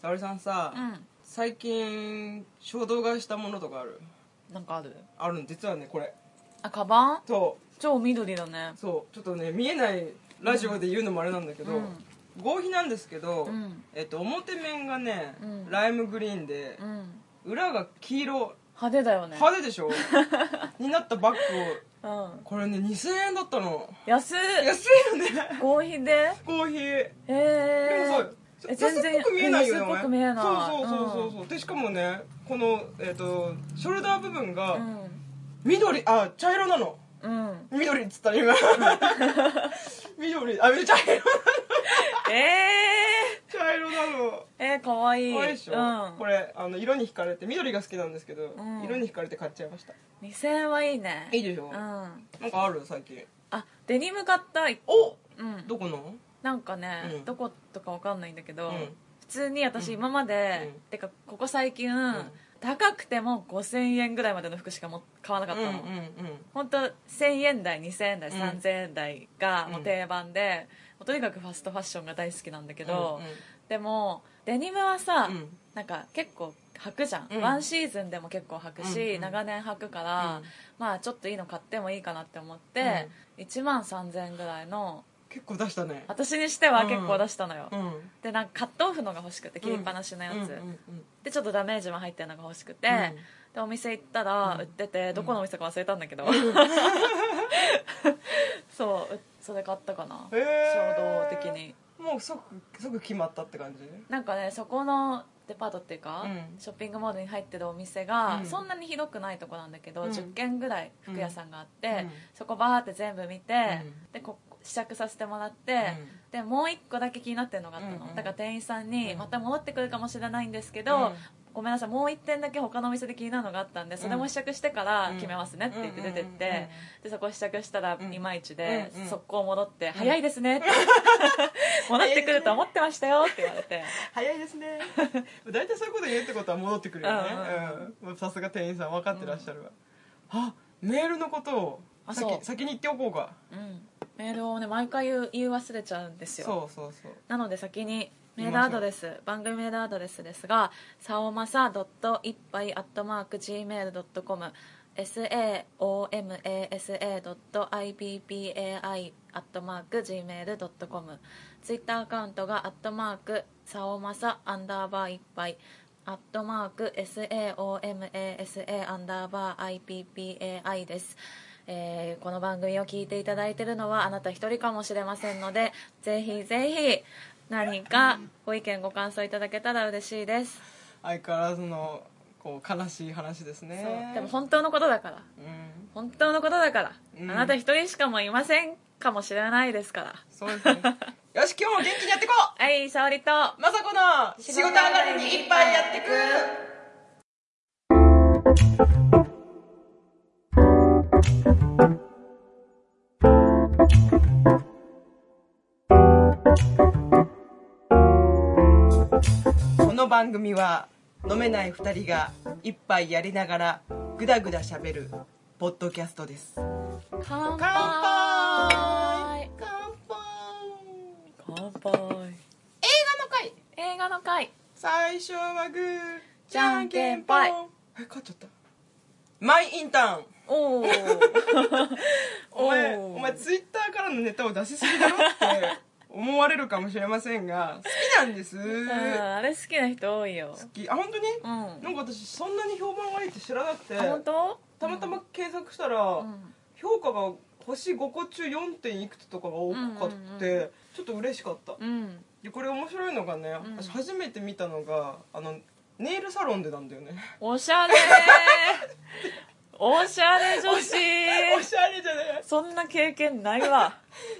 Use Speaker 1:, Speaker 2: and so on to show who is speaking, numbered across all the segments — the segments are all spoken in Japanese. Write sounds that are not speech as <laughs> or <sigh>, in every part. Speaker 1: 沙織さんさ、
Speaker 2: う
Speaker 1: 最近衝動買いしたものとかある
Speaker 2: んなんかある
Speaker 1: あるの実はねこれ
Speaker 2: あカバン
Speaker 1: と
Speaker 2: 超緑だね
Speaker 1: そうちょっとね見えないラジオで言うのもあれなんだけど、
Speaker 2: うん
Speaker 1: 合皮なんですけど、
Speaker 2: うん
Speaker 1: えっと、表面がね、
Speaker 2: うん
Speaker 1: ライムグリーンで
Speaker 2: う、ん
Speaker 1: 裏が黄色
Speaker 2: 派手だよね
Speaker 1: 派手で
Speaker 2: <laughs>
Speaker 1: しょになったバッグを
Speaker 2: うん
Speaker 1: これね2000円だったの
Speaker 2: 安っ
Speaker 1: 安いよね
Speaker 2: 合皮でへ
Speaker 1: コーヒーで
Speaker 2: え
Speaker 1: もさ
Speaker 2: え
Speaker 1: 安っぽく見えないよね
Speaker 2: 安っぽく見えない
Speaker 1: そうそうそうそうそう、でしかもねこの、えっとショルダー部分が緑、あ茶色なの
Speaker 2: うん、うん、
Speaker 1: 緑っつったら今緑あ茶色
Speaker 2: ええ
Speaker 1: 茶色なの
Speaker 2: ー、えー、かわいい
Speaker 1: 可愛いでしょ、
Speaker 2: うん、
Speaker 1: これあの色に惹かれて緑が好きなんですけど、
Speaker 2: ん
Speaker 1: 色に惹かれて買っちゃいました
Speaker 2: 2000円はいいね
Speaker 1: いいでしょ
Speaker 2: うんあ
Speaker 1: なんかある最近
Speaker 2: デニム買った
Speaker 1: お
Speaker 2: うん
Speaker 1: どこの
Speaker 2: なんかね、
Speaker 1: うん
Speaker 2: どことかわかんないんだけど、
Speaker 1: うん
Speaker 2: 普通に私今まで、
Speaker 1: うん
Speaker 2: てかここ最近、高くても5000円ぐらいまでの服しかも買わなか
Speaker 1: う
Speaker 2: っ
Speaker 1: ん
Speaker 2: た
Speaker 1: うんう
Speaker 2: の、
Speaker 1: ん
Speaker 2: 本当1000円台2000円台、
Speaker 1: うん
Speaker 2: 3000円台が
Speaker 1: うん
Speaker 2: もう定番で、もうとにかくファストファッションが大好きなんだけど、
Speaker 1: うんうん
Speaker 2: でもデニムはさ、
Speaker 1: うん
Speaker 2: なんか結構履くじゃん、
Speaker 1: うん
Speaker 2: ワンシーズンでも結構履くし、
Speaker 1: うんうん
Speaker 2: 長年履くから、
Speaker 1: うん
Speaker 2: まあちょっといいの買ってもいいかなって思って、1万3000円ぐらいの
Speaker 1: 結構出したね
Speaker 2: 私にしては結構出したのよ、
Speaker 1: うん
Speaker 2: でなんかカットオフのが欲しくて切りっぱなしのやつ、
Speaker 1: うんうんうん
Speaker 2: でちょっとダメージも入ってるのが欲しくて、
Speaker 1: うん
Speaker 2: でお店行ったら売ってて、どこのお店か忘れたんだけど、 <laughs> そううそれ買ったかな、
Speaker 1: へー
Speaker 2: 衝動的に
Speaker 1: もう即即決まったって感じ
Speaker 2: なんかねそこのデパートっていうか、
Speaker 1: うん
Speaker 2: ショッピングモールに入ってるお店が、
Speaker 1: うん
Speaker 2: そんなにひどくないとこなんだけど、
Speaker 1: うん
Speaker 2: 10軒ぐらい服屋さんがあって、
Speaker 1: うん
Speaker 2: そこバーって全部見て、
Speaker 1: うん
Speaker 2: でこ試着させてもらって、
Speaker 1: うん
Speaker 2: でもう一個だけ気になってるのがあったの、
Speaker 1: うんうん
Speaker 2: だから店員さんに、
Speaker 1: うん
Speaker 2: また戻ってくるかもしれないんですけど、
Speaker 1: うん
Speaker 2: ごめんなさいもう一点だけ他のお店で気になるのがあったんでそれも試着してから決めますねって言って出てっ
Speaker 1: うんうんうんうん
Speaker 2: てでそこ試着したら
Speaker 1: うん
Speaker 2: いまいちで
Speaker 1: うんうん
Speaker 2: 速攻戻って「早いですね」って <laughs> 戻ってくると思ってましたよ」って言われて
Speaker 1: 早いですね <laughs> 大体そういうこと言うってことは戻ってくるよねうんもうさすが店員さん分かってらっしゃるわ、あメールのことを
Speaker 2: あ
Speaker 1: 先
Speaker 2: そう
Speaker 1: 先に言っておこうか
Speaker 2: うんメールをね毎回言う言い忘れちゃうんですよ
Speaker 1: そうそうそう
Speaker 2: なので先にメールアドレス番組メールアドレスですがさおまさいっぱい .gmail.com saomasa.ipapi.gmail.com ツイッターアカウントがアットマークさおまさアンダーバーいっぱいアットマーク SAOMASA アンダーバー IPPAI です、えーこの番組を聞いていただいているのはあなた一人かもしれませんのでぜひぜひ何かご意見ご感想いただけたら嬉しいです、
Speaker 1: 相変わらずのこう悲しい話ですね
Speaker 2: そうでも本当のことだから
Speaker 1: うん
Speaker 2: 本当のことだから、
Speaker 1: うん
Speaker 2: あなた一人しかもいませんかもしれないですから
Speaker 1: そうですねよし今日も元気にやってこ
Speaker 2: はい沙織と
Speaker 1: うまさこの仕事上がりにいっぱいやってくこの番組は飲めない2人が一杯やりながらぐだぐだしゃべるポッドキャストです
Speaker 2: 乾
Speaker 1: 乾杯
Speaker 2: 杯
Speaker 1: 乾杯
Speaker 2: 乾杯
Speaker 1: 映画の回
Speaker 2: 映画の回
Speaker 1: 最初はグー
Speaker 2: じゃんけんぽん
Speaker 1: え勝っちゃったマイインターン
Speaker 2: おお
Speaker 1: お前お前ツイッターからのネタを出しすぎだろって
Speaker 2: <laughs>
Speaker 1: 思われるかもしれませんが好きなんです好
Speaker 2: あれ好きな人多いよ
Speaker 1: きあ本当に、
Speaker 2: うんあ
Speaker 1: なんか私そんなに評判悪いって知らなくて
Speaker 2: 本当
Speaker 1: たまたま検索したら、
Speaker 2: うん
Speaker 1: 評価が星5個中 4. 点いくつとかが多かって、
Speaker 2: うんうん
Speaker 1: ちょっと嬉しかった
Speaker 2: うん
Speaker 1: でこれ面白いのがね、
Speaker 2: うん
Speaker 1: 私初めて見たのがあのネイルサロンでなんだよね
Speaker 2: お
Speaker 1: <laughs>
Speaker 2: しゃれおしゃれ女
Speaker 1: <laughs> お
Speaker 2: 子
Speaker 1: しゃれじゃない
Speaker 2: そんな経験ないわ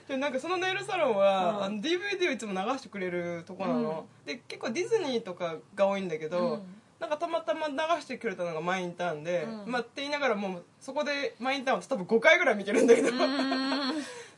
Speaker 1: でなんかそのネイルサロンは、
Speaker 2: うん
Speaker 1: あの DVD をいつも流してくれるとこなの、で結構ディズニーとかが多いんだけど、
Speaker 2: うん
Speaker 1: なんかたまたま流してくれたのがマインターンで、
Speaker 2: うん
Speaker 1: まあって言いながらもうそこでマインターンを多分5回ぐらい見てるんだけど、
Speaker 2: うん
Speaker 1: <laughs>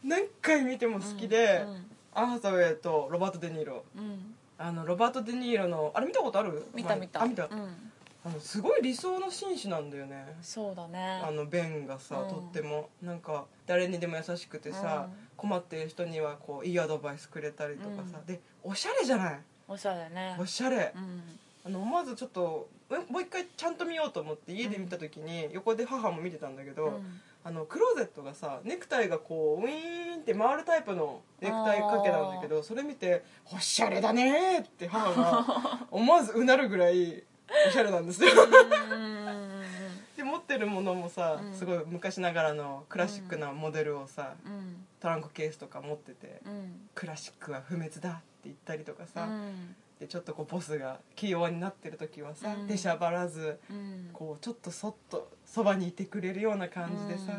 Speaker 1: 何回見ても好きで、
Speaker 2: うん
Speaker 1: アンハサウェイとロバート・デ・ニーロ
Speaker 2: うん
Speaker 1: あのロバート・デ・ニーロのあれ見たことある
Speaker 2: 見た
Speaker 1: 前
Speaker 2: 見た
Speaker 1: あ見た、
Speaker 2: うん
Speaker 1: あのすごい理想の紳士なんだよね
Speaker 2: そうだ
Speaker 1: あ
Speaker 2: ね
Speaker 1: のベンがさ、
Speaker 2: うん
Speaker 1: とってもなんか誰にでも優しくてさ、
Speaker 2: うん
Speaker 1: 困ってる人にはこういいアドバイスくれたりとかさ、でおしゃれじゃない
Speaker 2: おおしゃれね
Speaker 1: おしゃれ
Speaker 2: うん
Speaker 1: あの思わずちょっとえもう一回ちゃんと見ようと思って家で見た時に横で母も見てたんだけど、
Speaker 2: うん
Speaker 1: あのクローゼットがさネクタイがこうウィーンって回るタイプのネクタイ掛けなんだけどそれ見て「おしゃれだね」って母
Speaker 2: <laughs>
Speaker 1: が思わずうなるぐらいおしゃれなんですよで持ってるものもさ
Speaker 2: うん
Speaker 1: すごい昔ながらのクラシックなモデルをさ
Speaker 2: うんうん
Speaker 1: トランクケースとか持ってて
Speaker 2: うん
Speaker 1: 「クラシックは不滅だ」って言ったりとかさ、
Speaker 2: うん
Speaker 1: でちょっとこうボスが器用になってる時はさ、
Speaker 2: うん
Speaker 1: 出しゃばらず
Speaker 2: うん
Speaker 1: こうちょっとそっとそばにいてくれるような感じでさ、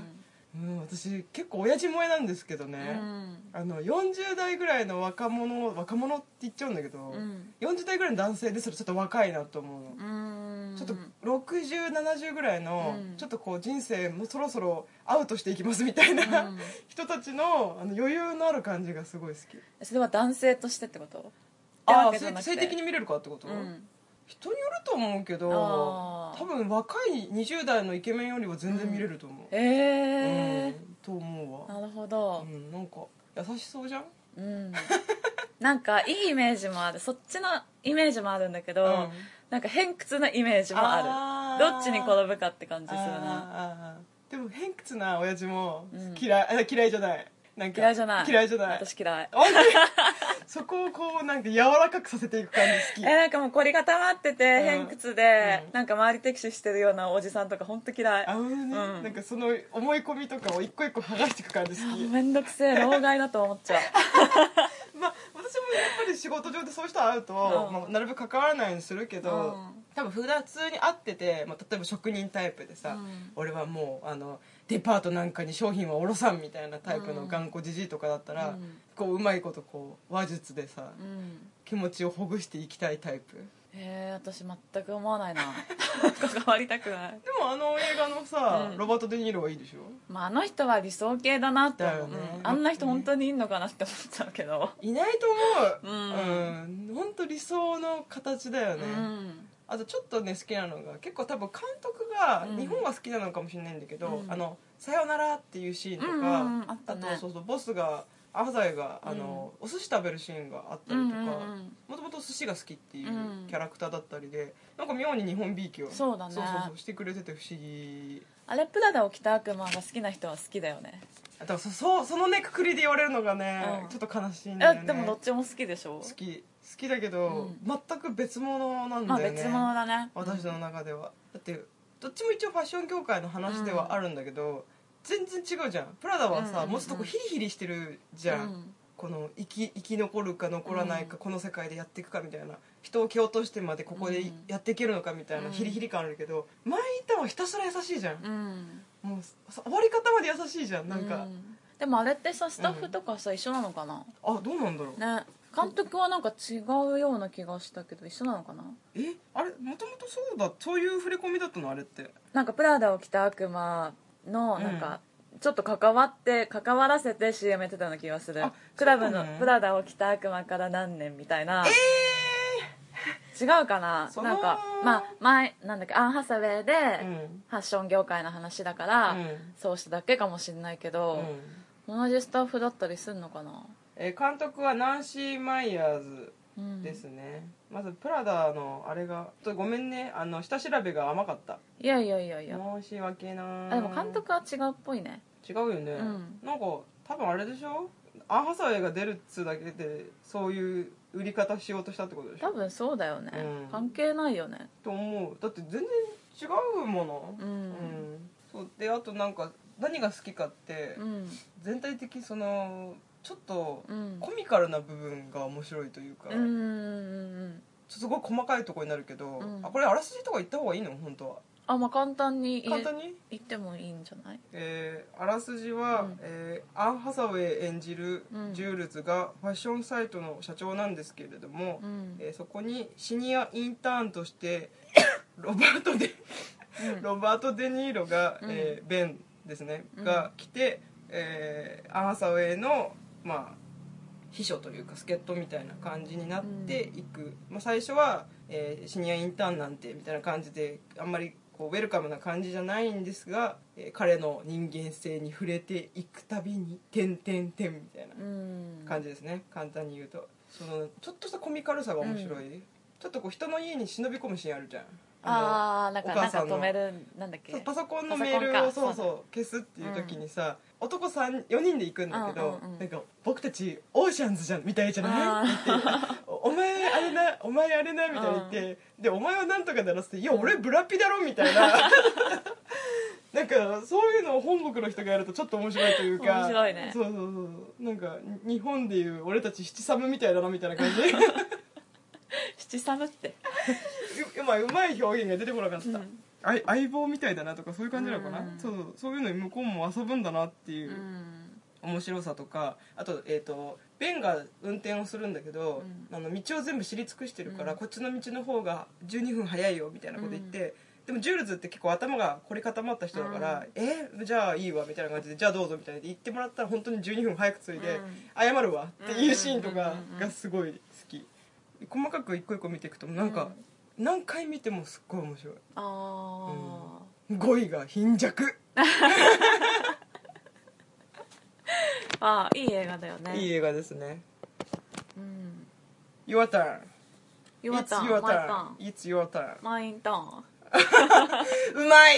Speaker 1: うん、私結構親父萌えなんですけど
Speaker 2: う
Speaker 1: ね、
Speaker 2: ん
Speaker 1: あの40代ぐらいの若者若者って言っちゃうんだけど、
Speaker 2: うん
Speaker 1: 40代ぐらいの男性ですらちょっと若いなと思うの、
Speaker 2: うん
Speaker 1: ちょっと6070ぐらいの、
Speaker 2: うん
Speaker 1: ちょっとこう人生もうそろそろアウトしていきますみたいな、
Speaker 2: うん
Speaker 1: 人たちのあの余裕のある感じがすごい好き
Speaker 2: それは男性としてってこと
Speaker 1: あ
Speaker 2: ってわけじゃな
Speaker 1: あ
Speaker 2: くて
Speaker 1: 性的に見れるかってこと、
Speaker 2: うん
Speaker 1: 人によると思うけど
Speaker 2: あー
Speaker 1: 多分若い20代のイケメンよりは全然見れると思う、
Speaker 2: え
Speaker 1: う
Speaker 2: え
Speaker 1: んと思うわ、
Speaker 2: なるほ
Speaker 1: う
Speaker 2: ど
Speaker 1: ん、なんか優しそうじゃん
Speaker 2: うんなんかいいイメージもあるそっちのイメージもあるんだけど、
Speaker 1: うん
Speaker 2: なんか偏屈なイメージもあ
Speaker 1: あ
Speaker 2: る
Speaker 1: ー
Speaker 2: どっちに転ぶかって感じするな
Speaker 1: あーあーでも偏屈な親父も
Speaker 2: うん
Speaker 1: 嫌い、あ嫌いじゃないなんか
Speaker 2: 嫌いじゃない
Speaker 1: 嫌いじゃない
Speaker 2: 私嫌い
Speaker 1: 本当にそこをこうなんか柔らかくさせていく感
Speaker 2: え
Speaker 1: じ好き
Speaker 2: なんかもう凝り固まってて
Speaker 1: うん
Speaker 2: 偏屈で、
Speaker 1: うん
Speaker 2: なんか周り敵視してるようなおじさんとか本当嫌い
Speaker 1: あ
Speaker 2: あ
Speaker 1: のね、
Speaker 2: うん
Speaker 1: なんかその思い込みとかを一個一個剥がしていく感じ好き
Speaker 2: めんどくせえ老害だと思っ
Speaker 1: <laughs>
Speaker 2: ちゃう
Speaker 1: まあ私もやっぱり仕事上でそういう人会うと、
Speaker 2: うん
Speaker 1: まあ、なるべく関わらないようにするけど、
Speaker 2: うん
Speaker 1: 多分普段普通に会ってて、まあ、例えば職人タイプでさ、
Speaker 2: うん
Speaker 1: 俺はもうあのデパートなんかに商品は卸さんみたいなタイプ
Speaker 2: う
Speaker 1: の
Speaker 2: ん
Speaker 1: 頑固じじいとかだったら、
Speaker 2: うん
Speaker 1: こううまいことこう話術でさ、
Speaker 2: うん
Speaker 1: 気持ちをほぐしていきたいタイプで
Speaker 2: えー、私全く思
Speaker 1: <laughs>
Speaker 2: わないな関わりたくない、
Speaker 1: もあの映画のさ、
Speaker 2: うん
Speaker 1: ロバート・デ・ニーロはいいでしょ
Speaker 2: まあ、あの人は理想系だなって思う、
Speaker 1: だよね
Speaker 2: うんあんな人本当にいいのかなって思っちゃうけど
Speaker 1: いないと思う
Speaker 2: うん
Speaker 1: うん本当、理想の形だよね、
Speaker 2: うん
Speaker 1: あとちょっとね好きなのが結構多分監督が
Speaker 2: うん
Speaker 1: 日本は好きなのかもしれないんだけど「
Speaker 2: うん
Speaker 1: あのさよなら」っていうシーンとか、
Speaker 2: うんうんうんあ
Speaker 1: あ
Speaker 2: った
Speaker 1: と
Speaker 2: ね
Speaker 1: そうそうボスがサイがあの、お寿司食べるシーンがあったりとか
Speaker 2: うんうんうん
Speaker 1: もともと寿司が好きっていう
Speaker 2: うん
Speaker 1: キャラクターだったりでなんか妙に日本美意気を
Speaker 2: そうだね
Speaker 1: そうそうそうしてくれてて不思議
Speaker 2: あれプラダを着た悪魔が好きな人は好きだよね
Speaker 1: あとそそうそのねくくりで言われるのがね、
Speaker 2: うん
Speaker 1: ちょっと悲しいんだよ
Speaker 2: え
Speaker 1: ね
Speaker 2: でもどっちも好きでしょ
Speaker 1: 好き好きだけど、
Speaker 2: うん
Speaker 1: 全く別物なんだ
Speaker 2: まあ
Speaker 1: よね、
Speaker 2: 別物だね
Speaker 1: 私の中では、だってどっちも一応ファッション業界の話ではあるんだけど、全然違うじゃんプラダはさ、
Speaker 2: うんうんうん
Speaker 1: もうちょっとこうヒリヒリしてるじゃん、この生き生き残るか残らないか、
Speaker 2: うん
Speaker 1: この世界でやっていくかみたいな人を蹴落としてまでここで
Speaker 2: うん
Speaker 1: やっていけるのかみたいな、
Speaker 2: うん
Speaker 1: ヒリヒリ感あるけど前にいたはひたすら優しいじゃん
Speaker 2: う、ん、うん
Speaker 1: もうさ終わり方まで優しいじゃんなん
Speaker 2: う
Speaker 1: か、
Speaker 2: でもあれってさスタッフとかさ、一緒なのかな
Speaker 1: あどうなんだろう
Speaker 2: ね監督はなんか違うような気がしたけど一緒なのかな
Speaker 1: えあれもともとそうだそういう触れ込みだったのあれって
Speaker 2: なんかプラダを着た悪魔の
Speaker 1: うん
Speaker 2: なんか、ちょっと関わって関わらせて CM やってたような気がする
Speaker 1: あ
Speaker 2: クラブ
Speaker 1: そう
Speaker 2: の
Speaker 1: なの
Speaker 2: プラダを着た悪魔から何年みたいな、違うかな
Speaker 1: その
Speaker 2: なんかまあ前なんだっけアン・ハサウェイで、
Speaker 1: うん
Speaker 2: ファッション業界の話だから、
Speaker 1: うん
Speaker 2: そうしただけかもしれないけど、
Speaker 1: うん
Speaker 2: 同じスタッフだったりすんのかな、
Speaker 1: えー監督はナンシー・マイヤーズ
Speaker 2: うん、
Speaker 1: ですね、まずプラダのあれがちょっとごめんねあの下調べが甘かった
Speaker 2: いやいやいやいや
Speaker 1: 申し訳ない
Speaker 2: あでも監督は違うっぽいね
Speaker 1: 違うよね、
Speaker 2: うん
Speaker 1: なんか多分あれでしょアン・ハサウェイが出るっつうだけでそういう売り方しようとしたってことでしょ
Speaker 2: 多分そうだよね、
Speaker 1: うん
Speaker 2: 関係ないよね
Speaker 1: と思うだって全然違うもの
Speaker 2: うん
Speaker 1: んそうであとなんか何が好きかって、
Speaker 2: うん
Speaker 1: 全体的そのちょっと
Speaker 2: うん
Speaker 1: コミカルな部分が面白いというか、
Speaker 2: うんうんうん
Speaker 1: すごい細かいところになるけど、
Speaker 2: うん
Speaker 1: あこれあらすじとか言った方がいいの本当は
Speaker 2: あまあ簡単に言え
Speaker 1: 簡単に、
Speaker 2: 言ってもいいんじゃない
Speaker 1: えーあらすじは、
Speaker 2: うん
Speaker 1: えーアン・ハサウェイ演じる
Speaker 2: うん
Speaker 1: ジュールズがファッションサイトの社長なんですけれども、
Speaker 2: うん
Speaker 1: えーそこにシニアインターンとして
Speaker 2: <laughs>
Speaker 1: ロバートデ・
Speaker 2: うん
Speaker 1: ロバートデニーロが、
Speaker 2: うん
Speaker 1: えーベンですね、
Speaker 2: うん
Speaker 1: が来て、えーアン・ハサウェイのまあ秘書というか助っ人みたいな感じになっていく、まあ、最初は、えーシニアインターンなんてみたいな感じであんまりこうウェルカムな感じじゃないんですが、えー彼の人間性に触れていくたびに「てんてんてん」みたいな
Speaker 2: うん
Speaker 1: 感じですね簡単に言うとそのちょっとしたコミカルさが面白い、ちょっとこう人の家に忍び込むシーンあるじゃんの
Speaker 2: ああーなんか
Speaker 1: お
Speaker 2: な
Speaker 1: 母
Speaker 2: んか
Speaker 1: さんの
Speaker 2: 止めるなんだっけ
Speaker 1: そうパソコンのメールを
Speaker 2: パ
Speaker 1: そ
Speaker 2: ソコンか
Speaker 1: うそう消すっていう時にさ、男34人で行くんだけど、
Speaker 2: うんうんうん
Speaker 1: なんか僕たちオーシャンズじゃんみたいじゃ
Speaker 2: あ
Speaker 1: ない <laughs> って言っておお前あれなお前あれなみたいに言って、でお前はなんとかだろっつっていや俺ブラピだろみたいな <laughs> なんかそういうのを本国の人がやるとちょっと面白いというか
Speaker 2: 面白いね
Speaker 1: そうそうそうなんか日本でいう俺たち七三みたいだなみたいな感
Speaker 2: <laughs>
Speaker 1: じで
Speaker 2: 七三って
Speaker 1: うまいうまい表現が出てこなかった、
Speaker 2: うん
Speaker 1: あい相棒みたいだなとかそういう感じなのかな、
Speaker 2: うん
Speaker 1: そうそうそういうのに向こうも遊ぶんだなっていうう、
Speaker 2: ん
Speaker 1: 面白さとかあと,、えー、とベンが運転をするんだけど、あの道を全部知り尽くしてるから、
Speaker 2: うん
Speaker 1: こっちの道の方が12分早いよみたいなこと言って、でもジュールズって結構頭が凝り固まった人だから「えじゃあいいわ」みたいな感じで「じゃあどうぞ」みたいなで言ってもらったら本当に12分早く着いで
Speaker 2: うん
Speaker 1: 「謝るわ」っていうシーンとか
Speaker 2: うんうんうんうん
Speaker 1: がすごい好き細かく一個一個見ていくとなんか、何回見てもすっごい面白い
Speaker 2: ああ
Speaker 1: 語彙が貧弱
Speaker 2: あーいい映画だよね
Speaker 1: いい映画ですね
Speaker 2: うん
Speaker 1: 「Your turn」
Speaker 2: よかったマイターン
Speaker 1: It's your turn.
Speaker 2: マインターン
Speaker 1: うまい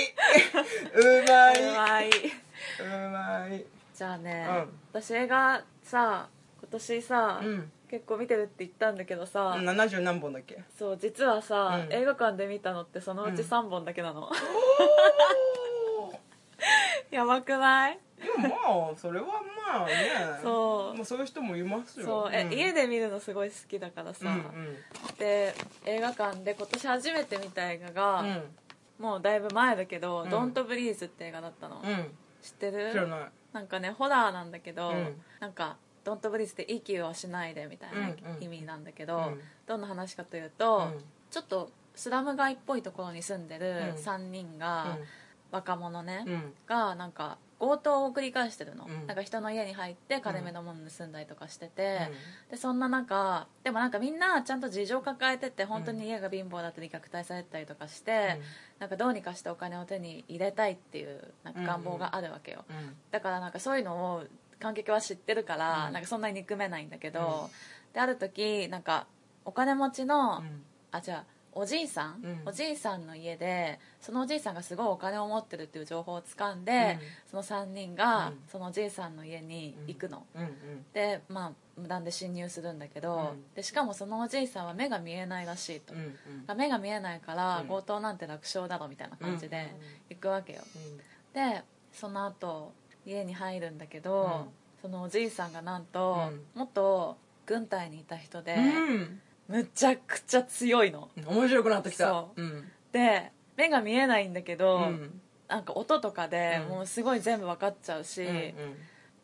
Speaker 1: うまい <laughs>
Speaker 2: はい
Speaker 1: うんうまい。
Speaker 2: じゃあね、私映画さ今年さ、
Speaker 1: うん。
Speaker 2: 結構見てるって言ったんだけどさ、
Speaker 1: 70何本だっけ
Speaker 2: そう実はさ、
Speaker 1: うん
Speaker 2: 映画館で見たのってそのうち
Speaker 1: うん
Speaker 2: 3本だけなの、 <laughs> やばくない
Speaker 1: でもまあ、それはまあね。
Speaker 2: そう
Speaker 1: まあそういう人もいますよ。
Speaker 2: そうえ、
Speaker 1: ん
Speaker 2: 家で見るのすごい好きだからさ、
Speaker 1: うん
Speaker 2: で映画館で今年初めて見た映画
Speaker 1: うん。
Speaker 2: が、もうだいぶ前だけど「
Speaker 1: うん
Speaker 2: ドントブリーズ」って映画だったの、
Speaker 1: うん。うん。
Speaker 2: 知ってる
Speaker 1: 知らない。
Speaker 2: なんかねホラーなんだけど、
Speaker 1: うん
Speaker 2: なんか「ドントブリーズ」って息をしないでみたいな
Speaker 1: うんうん
Speaker 2: 意味なんだけど、
Speaker 1: うん
Speaker 2: どんな話かというと、
Speaker 1: うん
Speaker 2: ちょっとスラム街っぽいところに住んでる
Speaker 1: うん
Speaker 2: 3人が、若者ね、
Speaker 1: うん。うん。
Speaker 2: がなんか強盗を繰り返してるの、
Speaker 1: うん
Speaker 2: なんか人の家に入って金目のもの盗んだりとかしてて、でそんな中でもなんかみんなちゃんと事情抱えてて本当に家が貧乏だったり虐待されてたりとかして、なんかどうにかしてお金を手に入れたいっていうなんか願望があるわけよ、
Speaker 1: うん。うん。
Speaker 2: だからなんかそういうのを観客は知ってるから、
Speaker 1: うん
Speaker 2: なんかそんなに憎めないんだけ
Speaker 1: う
Speaker 2: ど、である時なんかお金持ちの、あじゃあおじいさん、
Speaker 1: うん
Speaker 2: おじいさんの家でそのおじいさんがすごいお金を持ってるっていう情報をつかんで、その3人が、
Speaker 1: うん
Speaker 2: そのおじいさんの家に行くの、
Speaker 1: うん。うん。
Speaker 2: でまあ無断で侵入するんだけど、
Speaker 1: うん
Speaker 2: でしかもそのおじいさんは目が見えないらしいと、
Speaker 1: うん。うん。
Speaker 2: 目が見えないか
Speaker 1: う
Speaker 2: ら
Speaker 1: ん
Speaker 2: 強盗なんて楽勝だろみたいな感じ
Speaker 1: うん
Speaker 2: で行くわけよ、でその後家に入るんだけど、
Speaker 1: うん
Speaker 2: そのおじいさんがなんと、元軍隊にいた人で、
Speaker 1: うん。
Speaker 2: むちゃくちゃ強いの
Speaker 1: うん。面白くなってきた。
Speaker 2: そ
Speaker 1: うん。
Speaker 2: で目が見えないんだけど、
Speaker 1: うん。
Speaker 2: なんか音とかで
Speaker 1: うん
Speaker 2: もうすごい全部分かっちゃうし、
Speaker 1: うん。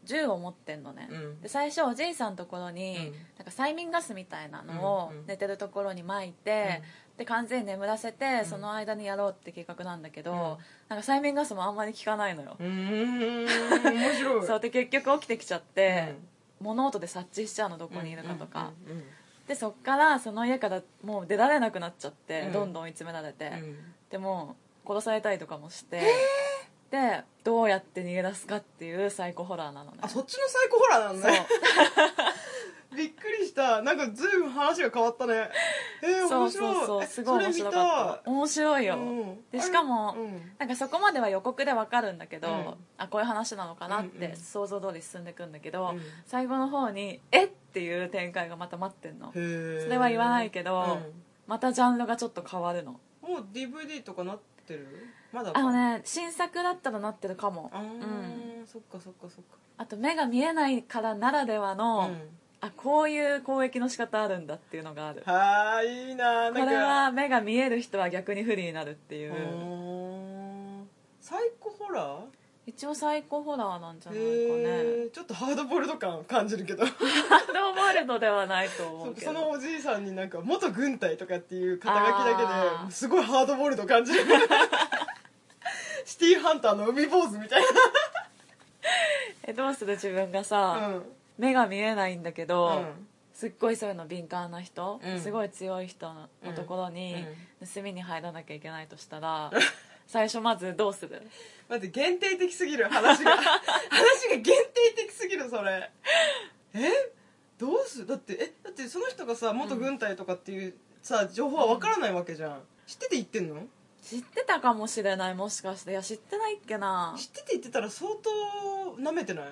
Speaker 2: 銃を持ってんのね、
Speaker 1: うん
Speaker 2: で最初おじいさんところに、
Speaker 1: うん
Speaker 2: なんか催眠ガスみたいなのを
Speaker 1: うんうん
Speaker 2: 寝てるところに撒いて、で完全に眠らせて、その間にやろうって計画なんだけど、
Speaker 1: うん
Speaker 2: なんか催眠ガスもあんまり効かないのよ、
Speaker 1: うん。うん。面白い。
Speaker 2: そうで結局起きてきちゃっ
Speaker 1: う
Speaker 2: て、
Speaker 1: ん。
Speaker 2: 物音で察知しちゃうのどこにいるかとか、
Speaker 1: うん。うん
Speaker 2: でそっからその家からもう出られなくなっちゃって、
Speaker 1: うん
Speaker 2: どんどん追い詰められて、
Speaker 1: うん
Speaker 2: でも殺されたりとかもして、でどうやって逃げ出すかっていうサイコホラーなのね
Speaker 1: あそっちのサイコホラーなのね <laughs>
Speaker 2: そ
Speaker 1: びっくりしたなんかずいぶん話が変わったねえー、
Speaker 2: うそう
Speaker 1: 面白い
Speaker 2: そうそうすごい面白かった面白い
Speaker 1: それ見た
Speaker 2: よ、
Speaker 1: いうん
Speaker 2: でしかも
Speaker 1: あれうん
Speaker 2: なんかそこまでは予告でわかるんだけど、
Speaker 1: うん
Speaker 2: あこういう話なのかなっ
Speaker 1: うんう
Speaker 2: て
Speaker 1: ん
Speaker 2: 想像通り進んでいくんだけど、
Speaker 1: うん
Speaker 2: 最後の方に「えっ!」ていう展開がまた待ってんの
Speaker 1: へー
Speaker 2: それは言わないけどまたジャンルがちょっと変わるの
Speaker 1: うんもう DVD とかなってるまだか
Speaker 2: あのね新作だったらなってるかも
Speaker 1: あー、
Speaker 2: うん、
Speaker 1: そっかそっかそっか
Speaker 2: あと目が見えないからならではの、
Speaker 1: うん
Speaker 2: あこういう攻撃の仕方あるんだっていうのがある
Speaker 1: はーいいいななん
Speaker 2: こ
Speaker 1: か
Speaker 2: れは目が見える人は逆に不利になるっていうう、
Speaker 1: んサイコホラー
Speaker 2: 一応サイコホラーなんじゃないかね <laughs>
Speaker 1: へーちょっとハードボイルド感感じるけど
Speaker 2: ハードボイルドではないと思う
Speaker 1: そ
Speaker 2: け
Speaker 1: その
Speaker 2: ど
Speaker 1: おじいさんになんか元軍隊とかっていう肩書きだ
Speaker 2: あ
Speaker 1: け
Speaker 2: ー
Speaker 1: ですごいハードボールド感じるシティーハンターの海坊主みたい
Speaker 2: えどうする自分が
Speaker 1: な、
Speaker 2: さ、
Speaker 1: うん、
Speaker 2: 目が見えないんだけど、
Speaker 1: うん
Speaker 2: すっごいそういうの敏感な人、
Speaker 1: うん
Speaker 2: すごい強い人のところに盗みに入らなきゃいけないとした <laughs> ら、最初まずどうする
Speaker 1: 待って限定的すぎる話が話が限定的すぎるそれえどうするだってえだってその人がさ元軍隊とかっていうさ情報は分からないわけじゃん知ってて言ってんの
Speaker 2: 知ってたかもしれないもしかしていや知ってないっけな
Speaker 1: 知ってて言ってたら相当なめてない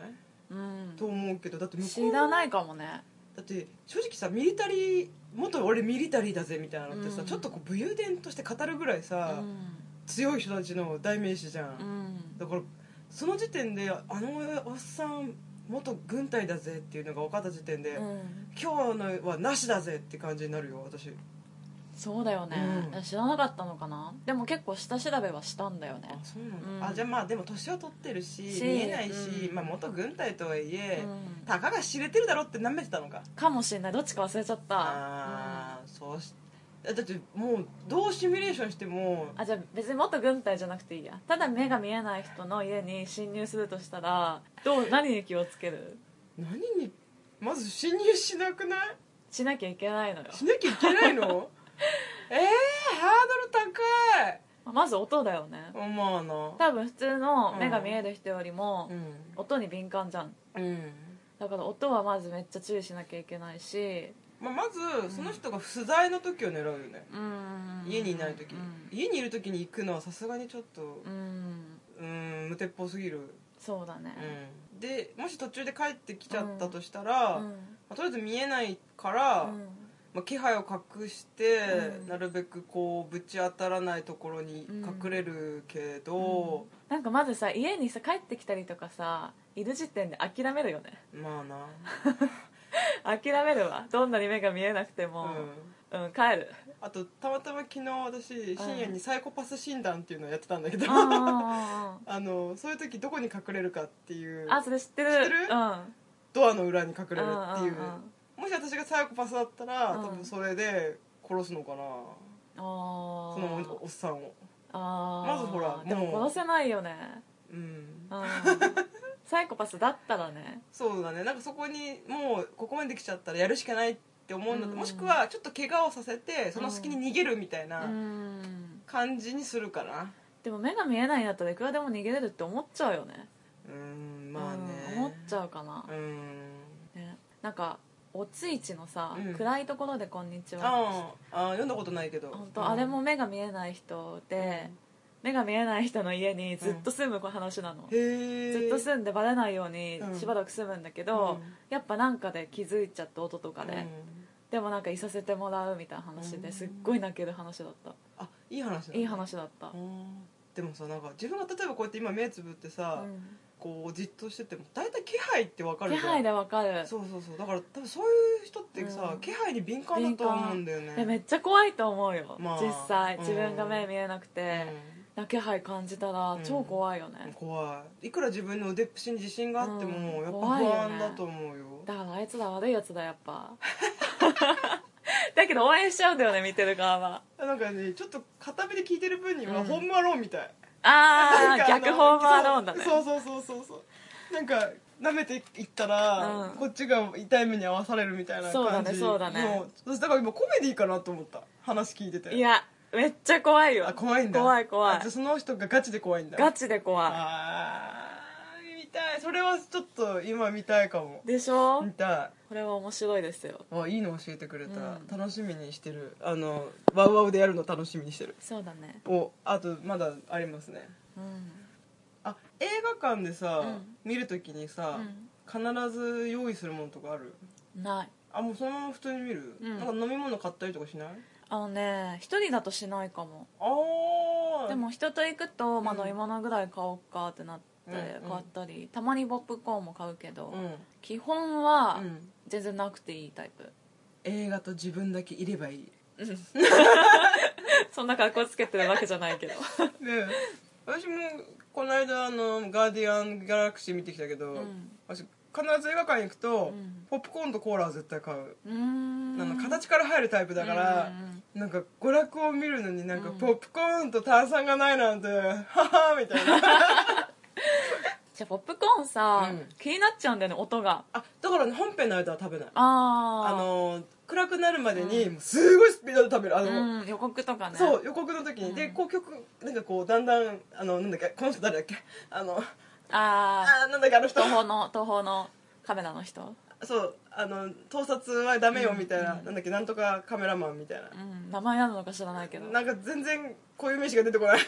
Speaker 2: うん
Speaker 1: と思うけどだって向こ
Speaker 2: 知
Speaker 1: う
Speaker 2: ら
Speaker 1: だ
Speaker 2: ないかもね
Speaker 1: って正直さミリタリー元俺ミリタリーだぜみたいなのってさ、
Speaker 2: うん
Speaker 1: ちょっとこう武勇伝として語るぐらいうさ、
Speaker 2: ん
Speaker 1: 強い人たちの代名詞じゃん、
Speaker 2: うん
Speaker 1: だからその時点であのおっさん元軍隊だぜっていうのが分かった時点で、
Speaker 2: うん
Speaker 1: 今日のはなしだぜって感じになるよ私
Speaker 2: そうだよね
Speaker 1: うん
Speaker 2: 知らなかったのかなでも結構下調べはしたんだよ
Speaker 1: あ
Speaker 2: ね
Speaker 1: そうなんだ、
Speaker 2: うん
Speaker 1: あじゃあまあでも年は取ってるし
Speaker 2: し
Speaker 1: 見えないし、
Speaker 2: うん
Speaker 1: まあ、元軍隊とはいえ、
Speaker 2: うん
Speaker 1: たかが知れてるだろってなめてたのか
Speaker 2: かもしれないどっちか忘れちゃった
Speaker 1: ああ、そうしだってもうどうシミュレーションしても
Speaker 2: うんあじゃあ別に元軍隊じゃなくていいやただ目が見えない人の家に侵入するとしたらどう何に気をつける
Speaker 1: 何にまず侵入しなくない
Speaker 2: しなきゃいけないのよ
Speaker 1: しなきゃいけない
Speaker 2: <laughs>
Speaker 1: のえー、ハー
Speaker 2: まず音だよね
Speaker 1: ドル高いまあな
Speaker 2: 多分普通の目が見える人よりも
Speaker 1: うん
Speaker 2: 音に敏感じゃん
Speaker 1: うん
Speaker 2: だから音はまずめっちゃ注意しなきゃいけないし
Speaker 1: まあ、まずその人が不在の時を狙うよね、
Speaker 2: うん
Speaker 1: 家にいない時、
Speaker 2: うん
Speaker 1: 家にいる時に行くのはさすがにちょっと
Speaker 2: うん
Speaker 1: うん無鉄砲すぎる、
Speaker 2: そうだね
Speaker 1: うん、でもし途中で帰ってきちゃったとしたら、
Speaker 2: うん
Speaker 1: まあ、とりあえず見えないから、まあ、気配を隠して、
Speaker 2: うん
Speaker 1: なるべくこうぶち当たらないところに隠れるけ
Speaker 2: うん
Speaker 1: ど、
Speaker 2: なんかまずさ家にさ帰ってきたりとかさいる時点で諦めるよね <laughs>
Speaker 1: まあな、
Speaker 2: 諦めるわどんなに目が見えなくて
Speaker 1: う
Speaker 2: も
Speaker 1: ん、
Speaker 2: うん帰る
Speaker 1: あとたまたま昨日私深夜にサイコパス診断っていうのをやってたんだけど、
Speaker 2: うんうんうんうん
Speaker 1: <laughs> あのそういう時どこに隠れるかっていう
Speaker 2: あそれ知ってる
Speaker 1: 知ってる
Speaker 2: うん
Speaker 1: ドアの裏に隠れるっていう
Speaker 2: うんうんうん
Speaker 1: もし私がサイコパスだったら
Speaker 2: うん
Speaker 1: 多分それで殺すのかな
Speaker 2: あー
Speaker 1: そのおっさんを
Speaker 2: あー
Speaker 1: まずほら
Speaker 2: でも
Speaker 1: もう
Speaker 2: 殺せないよね
Speaker 1: うん <laughs>
Speaker 2: うんサイコパスだったらね
Speaker 1: そうだねなんかそこにもうここまでできちゃったらやるしかないって思うんだって
Speaker 2: うん
Speaker 1: もしくはちょっと怪我をさせてその隙に逃げるみたいうなん感じにするかな
Speaker 2: でも目が見えないんだったらいくらでも逃げれるって思っちゃうよね
Speaker 1: うんまあね
Speaker 2: うん思っちゃうかな、
Speaker 1: うん
Speaker 2: ね、なんかおついちのさ、
Speaker 1: うん
Speaker 2: 暗いところで「こんにちは」
Speaker 1: ああ読んだことないけど
Speaker 2: 本当あれも目が見えない人で、目が見えない人の家にずっと住む話なの、
Speaker 1: へえ
Speaker 2: ずっと住んでバレないように
Speaker 1: うん
Speaker 2: しばらく住むんだけど、
Speaker 1: うん
Speaker 2: やっぱなんかで気づいちゃった音とかで、でもなんかいさせてもらうみたいな話
Speaker 1: う
Speaker 2: で
Speaker 1: ん
Speaker 2: すっごい泣ける話だった、
Speaker 1: あいい話だね
Speaker 2: いい話だった、
Speaker 1: うんでもさなんか自分が例えばこうやって今目つぶってさ、
Speaker 2: うん
Speaker 1: こうじっとしてても大体気配ってわかる
Speaker 2: 気
Speaker 1: じゃん
Speaker 2: 配でわかる
Speaker 1: そうそうそうだから多分そういう人ってさ、
Speaker 2: うん
Speaker 1: 気配に敏感だと思うんだよね
Speaker 2: えめっちゃ怖いと思うよ、
Speaker 1: まあ
Speaker 2: 実際
Speaker 1: うん
Speaker 2: 自分が目見えなくて、な気配感じたら
Speaker 1: うん
Speaker 2: 超怖いよ
Speaker 1: うん
Speaker 2: ね、
Speaker 1: 怖いいくら自分の腕っぷしに自信があっても、
Speaker 2: う
Speaker 1: や
Speaker 2: ん
Speaker 1: っぱ
Speaker 2: 怖
Speaker 1: 不
Speaker 2: いよね
Speaker 1: 安だと思うよ
Speaker 2: だからあいつら悪いやつだやっぱ <laughs> だけど応援しちゃうんだよね見てる側は
Speaker 1: なんかねちょっと片目で聞いてる分には、
Speaker 2: うん
Speaker 1: ホームアローンみたいな
Speaker 2: あ
Speaker 1: ん
Speaker 2: あ
Speaker 1: かの
Speaker 2: 逆ホームアローンだね
Speaker 1: そうそうそうそうそうなんか舐めていったら、
Speaker 2: うん
Speaker 1: こっちが痛い目に遭わされるみたいな感じ
Speaker 2: そうだねそうだね
Speaker 1: もう私だから今コメディかなと思った話聞いてて
Speaker 2: いやめっちゃ怖いよ
Speaker 1: あ怖いんだ
Speaker 2: 怖い怖
Speaker 1: あじゃあ
Speaker 2: い
Speaker 1: その人がガチで怖いんだ
Speaker 2: ガチで怖
Speaker 1: あー見たいそれはちょっと今見たいかも
Speaker 2: いでしょ
Speaker 1: 見た
Speaker 2: これは面白いですよ
Speaker 1: いあいいの教えてくれた、
Speaker 2: うん
Speaker 1: 楽しみにしてるあのワウワウでやるの楽しみにしてる
Speaker 2: そうだね
Speaker 1: おあとまだありますね
Speaker 2: うん
Speaker 1: あ映画館でさ、
Speaker 2: うん
Speaker 1: 見るときにさ、必ず用意するものとかある
Speaker 2: うんない
Speaker 1: あもうそのまま普通に見る、
Speaker 2: うん
Speaker 1: なんか飲み物買ったりとかしない
Speaker 2: あのね一人だとしないかも
Speaker 1: ああ
Speaker 2: <laughs> でも人と行くと、ま
Speaker 1: うん
Speaker 2: あ、飲み物ぐらい買おうかってなって
Speaker 1: うん
Speaker 2: 買
Speaker 1: うん
Speaker 2: ったり、たまにポップコーンも買うけど、
Speaker 1: うん、
Speaker 2: 基本は
Speaker 1: うん、
Speaker 2: 全然なくていいタイプ、 <laughs>
Speaker 1: 映画と自分だけいればい <laughs> い
Speaker 2: そんな格好つけてるわけじゃない
Speaker 1: <laughs>
Speaker 2: けど
Speaker 1: で私もこの間あの「ガーディアン・ギャラクシー」見てきたけど、
Speaker 2: うん
Speaker 1: 私必ず映画館に行くと、
Speaker 2: うん
Speaker 1: ポップコーンとコーラは絶対買う、
Speaker 2: うーん
Speaker 1: あの形から入るタイプだから、
Speaker 2: うんうん
Speaker 1: なんか娯楽を見るのになんか
Speaker 2: うん
Speaker 1: ポップコーンと炭酸がないなんて、 <laughs> ははみたいな
Speaker 2: <laughs> じゃあポップコーンさ、
Speaker 1: うん
Speaker 2: 気になっちゃうんだよね音が
Speaker 1: あだからね本編の間は食べない
Speaker 2: あ
Speaker 1: あ
Speaker 2: ー
Speaker 1: の暗くなるまでにもうすごいスピードで食べるあの、
Speaker 2: うん、予告とかね
Speaker 1: そう予告の時に、
Speaker 2: うん
Speaker 1: でこう曲なんかこうだんだんあのなんだっけこの人誰だっけあの
Speaker 2: あ
Speaker 1: あーなんだっけあの
Speaker 2: ー
Speaker 1: 人
Speaker 2: 東宝の東宝のカメラの人
Speaker 1: そうあの盗撮はダメよみたいな、なんだっけなんとかカメラマンみたいな
Speaker 2: うん、名前なのか知らないけど
Speaker 1: なんか全然こういう名詞が出てこ
Speaker 2: <laughs>
Speaker 1: ない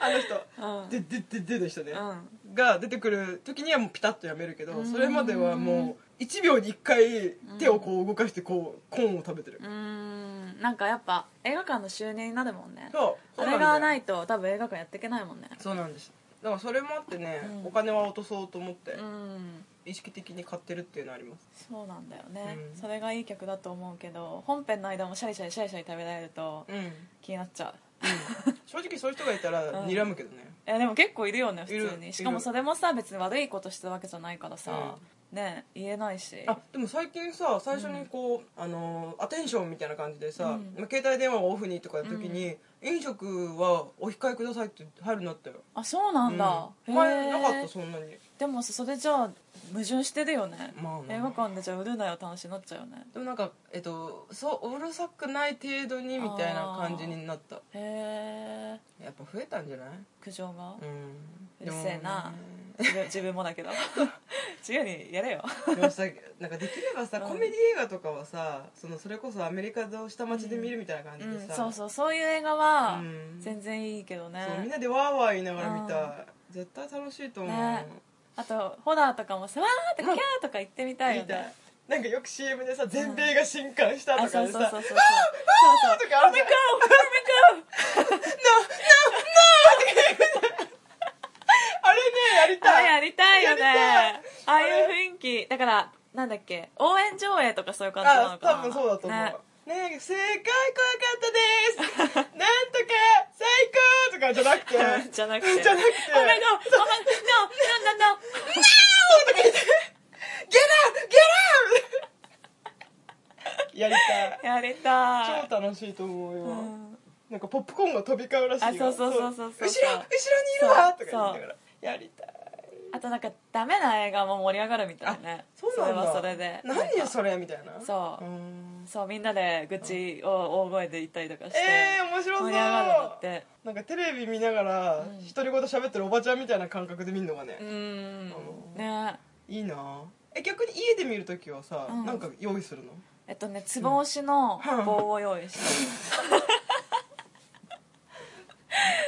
Speaker 1: あの人
Speaker 2: うん
Speaker 1: でででででしたね、
Speaker 2: うん
Speaker 1: が出てくる時にはもうピタッとやめるけど
Speaker 2: うん
Speaker 1: それまではもう1秒に1回手をこう動かしてこうコーンを食べてる
Speaker 2: うーんなんかやっぱ映画館の収入になるもんね
Speaker 1: そう
Speaker 2: あれがないいと多分映画館やっていけないもんね
Speaker 1: そうなんですだからそれもあってね、
Speaker 2: うん
Speaker 1: お金は落とそうと思って
Speaker 2: うん
Speaker 1: 意識的に買ってるっていうのはあります
Speaker 2: そうなんだよね、
Speaker 1: うん
Speaker 2: それがいい曲だと思うけど本編の間もシャリシャリシャリシャリ食べられると
Speaker 1: うん
Speaker 2: 気になっちゃう
Speaker 1: 正直そういう人がいたら
Speaker 2: うん
Speaker 1: 睨むけどね、
Speaker 2: えでも結構いるよね普通
Speaker 1: いる
Speaker 2: にしかもそれもさ別に悪いことしてるわけじゃないからさ、ね言えないし
Speaker 1: あでも最近さ最初にこう、あのアテンションみたいな感じでさ、
Speaker 2: うん
Speaker 1: まあ携帯電話をオフにとかの時に、飲食はお控えくださいって入るなったよ
Speaker 2: あそうなんだ、
Speaker 1: うん
Speaker 2: へ
Speaker 1: 前
Speaker 2: え
Speaker 1: なかったそんなに
Speaker 2: でもさそれじゃあ矛盾してるよね、
Speaker 1: まあね
Speaker 2: 映画館でじゃあ売るなよって話になっちゃうよね
Speaker 1: でもなんかえっとそううるさくない程度にみたいな感じになった
Speaker 2: へえ
Speaker 1: やっぱ増えたんじゃない
Speaker 2: 苦情が、
Speaker 1: うん
Speaker 2: うるせえな
Speaker 1: で
Speaker 2: 自分自分も
Speaker 1: <laughs>
Speaker 2: だけど自由にやれよ
Speaker 1: もね
Speaker 2: <laughs>
Speaker 1: でもさなんかできればさ
Speaker 2: うん
Speaker 1: コメディ映画とかはさそのそれこそアメリカの下町で見るみたいな感
Speaker 2: う
Speaker 1: じ
Speaker 2: ん
Speaker 1: でさ、
Speaker 2: そうそうそういう映画は
Speaker 1: うん
Speaker 2: 全然いいけどね、
Speaker 1: そうみんなでワーワー言いながら見たい絶対楽しいと思う、
Speaker 2: ねあとホラーとかもさわーってキャーとか言ってみたい
Speaker 1: 見
Speaker 2: よ
Speaker 1: た
Speaker 2: ね
Speaker 1: いなんかよく CM でさ全米が震撼したと
Speaker 2: あそ
Speaker 1: か
Speaker 2: う
Speaker 1: で
Speaker 2: そう
Speaker 1: さ
Speaker 2: そうそうそう
Speaker 1: あとかあるじゃんあれねやり
Speaker 2: あ
Speaker 1: た
Speaker 2: れ
Speaker 1: い
Speaker 2: やりたいよね
Speaker 1: や
Speaker 2: ああいう雰囲気だからなんだっけ応援上映とかそういう感じな
Speaker 1: あ
Speaker 2: のかな
Speaker 1: 多分そうだと思う
Speaker 2: ね
Speaker 1: ね正解怖か
Speaker 2: <laughs>
Speaker 1: ったですなんとか最高とかじゃなくて
Speaker 2: じゃ
Speaker 1: じゃな
Speaker 2: なくて
Speaker 1: くて
Speaker 2: おめでとうおめでとうなんだ
Speaker 1: ゲラゲラ <laughs> やりた
Speaker 2: やれた
Speaker 1: い超楽しいと思うよ、
Speaker 2: うん
Speaker 1: なんかポップコーンが飛び交うらしいよ
Speaker 2: あそうそうそうそうそう
Speaker 1: 後ろ後ろにいるわ
Speaker 2: そ
Speaker 1: と
Speaker 2: う
Speaker 1: か言いながらやりたい
Speaker 2: あとなんかダメな映画も盛り上がるみたいね
Speaker 1: なんだ
Speaker 2: それはそれで
Speaker 1: 何
Speaker 2: な
Speaker 1: よ
Speaker 2: んか
Speaker 1: それみたいな
Speaker 2: そう
Speaker 1: うーん
Speaker 2: そうみんなで愚痴を大声で言ったりとかして、
Speaker 1: えー、面白そう
Speaker 2: 盛り上がるんだって
Speaker 1: なんかテレビ見ながら
Speaker 2: うん
Speaker 1: 独り言喋ってるおばちゃんみたいな感覚で見るのがね
Speaker 2: う、ん
Speaker 1: の
Speaker 2: ね
Speaker 1: いいなぁえ逆に家で見るときはさ、
Speaker 2: うん
Speaker 1: なんか用意するの
Speaker 2: えっとねつぼ押しの棒を用意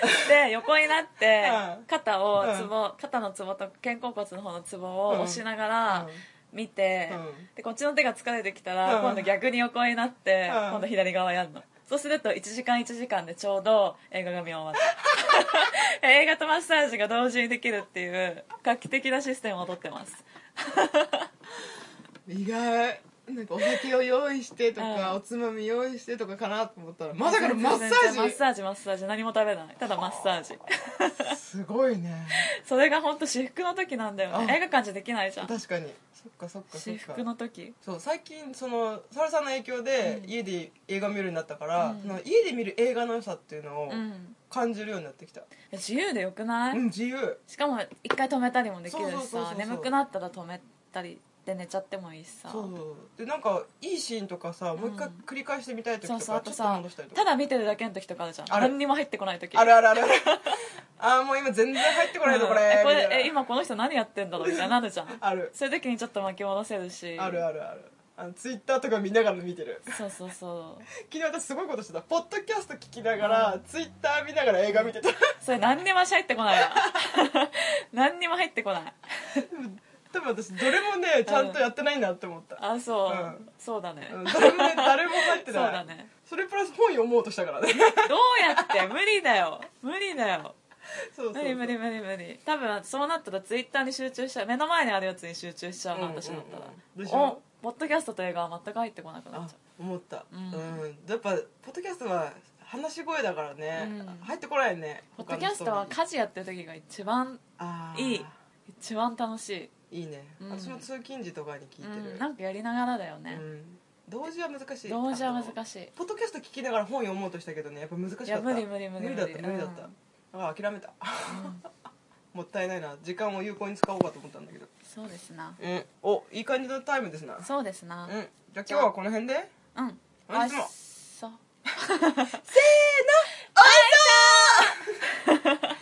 Speaker 2: して、で横になって
Speaker 1: うん
Speaker 2: 肩を
Speaker 1: うん
Speaker 2: つぼ、肩のつぼと肩甲骨の方のつぼを押しながら見て、
Speaker 1: うん
Speaker 2: でこっちの手が疲れてきたら、
Speaker 1: うん
Speaker 2: 今度逆に横になって、
Speaker 1: うん
Speaker 2: 今度左側やるのそうすると1時間1時間でちょうど映画が見終わ
Speaker 1: <laughs>
Speaker 2: った映画とマッサージが同時にできるっていう画期的なシステムをとってます
Speaker 1: 意外なんかお酒を用意してとか、
Speaker 2: うん
Speaker 1: おつまみ用意してとかかなと思ったらまさかのマッサ
Speaker 2: 全然マ
Speaker 1: ー
Speaker 2: ッ
Speaker 1: ジ
Speaker 2: サージマッサージ何も食べないただマッサージ
Speaker 1: すごいね
Speaker 2: それが本当私服の時なんだよね
Speaker 1: あ
Speaker 2: 映画館じゃできないじゃん
Speaker 1: 確かにそっかそっかそっ
Speaker 2: 私
Speaker 1: か
Speaker 2: 服の時
Speaker 1: そう最近そのサラさんの影響で
Speaker 2: うん
Speaker 1: 家で映画見るようになったから、
Speaker 2: うん
Speaker 1: その家で見る映画の良さっていうのを
Speaker 2: うん
Speaker 1: 感じるようになってきた、
Speaker 2: 自由でよくない、
Speaker 1: うん、自由
Speaker 2: しかも一回止めたりもできるし
Speaker 1: そうそうそうそ
Speaker 2: さ
Speaker 1: う
Speaker 2: 眠くなったら止めたりで寝ちゃってもいいしさ
Speaker 1: そうでなんかいいシーンとかさもう一回
Speaker 2: うん
Speaker 1: 繰り返してみたい時と
Speaker 2: そ
Speaker 1: か
Speaker 2: う
Speaker 1: ち
Speaker 2: そ
Speaker 1: ょ
Speaker 2: うあ
Speaker 1: っ
Speaker 2: と
Speaker 1: と
Speaker 2: さ
Speaker 1: 戻したりとか
Speaker 2: ただ見てるだけの時とかあるじゃん
Speaker 1: ある
Speaker 2: 何にも入ってこない時
Speaker 1: あるあるある <laughs> あるあーもう今全然入ってこないぞ
Speaker 2: うん
Speaker 1: これ,、
Speaker 2: えこ
Speaker 1: みたい
Speaker 2: れ
Speaker 1: な
Speaker 2: え今この人何やってんだろうみたいななるじゃん
Speaker 1: <laughs> ある
Speaker 2: そういう時にちょっと巻き戻せるし
Speaker 1: あるあるあるあのツイッターとか見ながら見てる
Speaker 2: そうそうそう
Speaker 1: 昨日私すごいことしてたポッドキャスト聞きながら、ツイッター見ながら映画見てた <laughs>
Speaker 2: それ何にも入ってこないわ <laughs> 何にも入ってこない
Speaker 1: 多分私どれもねちゃんとやってないなって思った、
Speaker 2: あそう、
Speaker 1: うん
Speaker 2: そうだね、
Speaker 1: うん誰もね誰も入って
Speaker 2: そう
Speaker 1: ない
Speaker 2: だね
Speaker 1: それプラス本読もうとしたからね <laughs>
Speaker 2: どうやって無理だよ無理だよ
Speaker 1: そうそう
Speaker 2: 無理無理無理無理多分そうなったらツイッターに集中しちゃう目の前にあるやつに集中しちゃうな
Speaker 1: うんうんうん
Speaker 2: 私だったら、
Speaker 1: でしょ
Speaker 2: おポッドキャストと映画は全く入ってこなくなっ
Speaker 1: あ
Speaker 2: ちゃ
Speaker 1: 思った
Speaker 2: う
Speaker 1: うんん、やっぱポッドキャストは話し声だからね、
Speaker 2: うん
Speaker 1: 入ってこないね
Speaker 2: うポッドキャスト
Speaker 1: 他の
Speaker 2: は
Speaker 1: 人
Speaker 2: 家事やってる時が一番
Speaker 1: あー
Speaker 2: いい一番楽しい、
Speaker 1: いいね、
Speaker 2: うん
Speaker 1: 私も通勤時とかに聞いて
Speaker 2: う
Speaker 1: る
Speaker 2: ん、なんかやりながらだよね、
Speaker 1: うん同時は難しい
Speaker 2: 同時は
Speaker 1: あの
Speaker 2: 難しい
Speaker 1: ポッドキャスト聞きながら本読もうとしたけどねやっぱ難しかった
Speaker 2: いや無理無理無理
Speaker 1: 無理だった
Speaker 2: 無
Speaker 1: 無
Speaker 2: 理
Speaker 1: 理だった、
Speaker 2: うん
Speaker 1: だから諦めた <laughs> もったいないな時間を有効に使おうかと思ったんだけど
Speaker 2: そうですな
Speaker 1: うんおいい感じのタイムですな
Speaker 2: そうですな
Speaker 1: うん、じゃあ今日はこの辺で
Speaker 2: うん、
Speaker 1: 本日も
Speaker 2: そう
Speaker 1: せーのおいしそう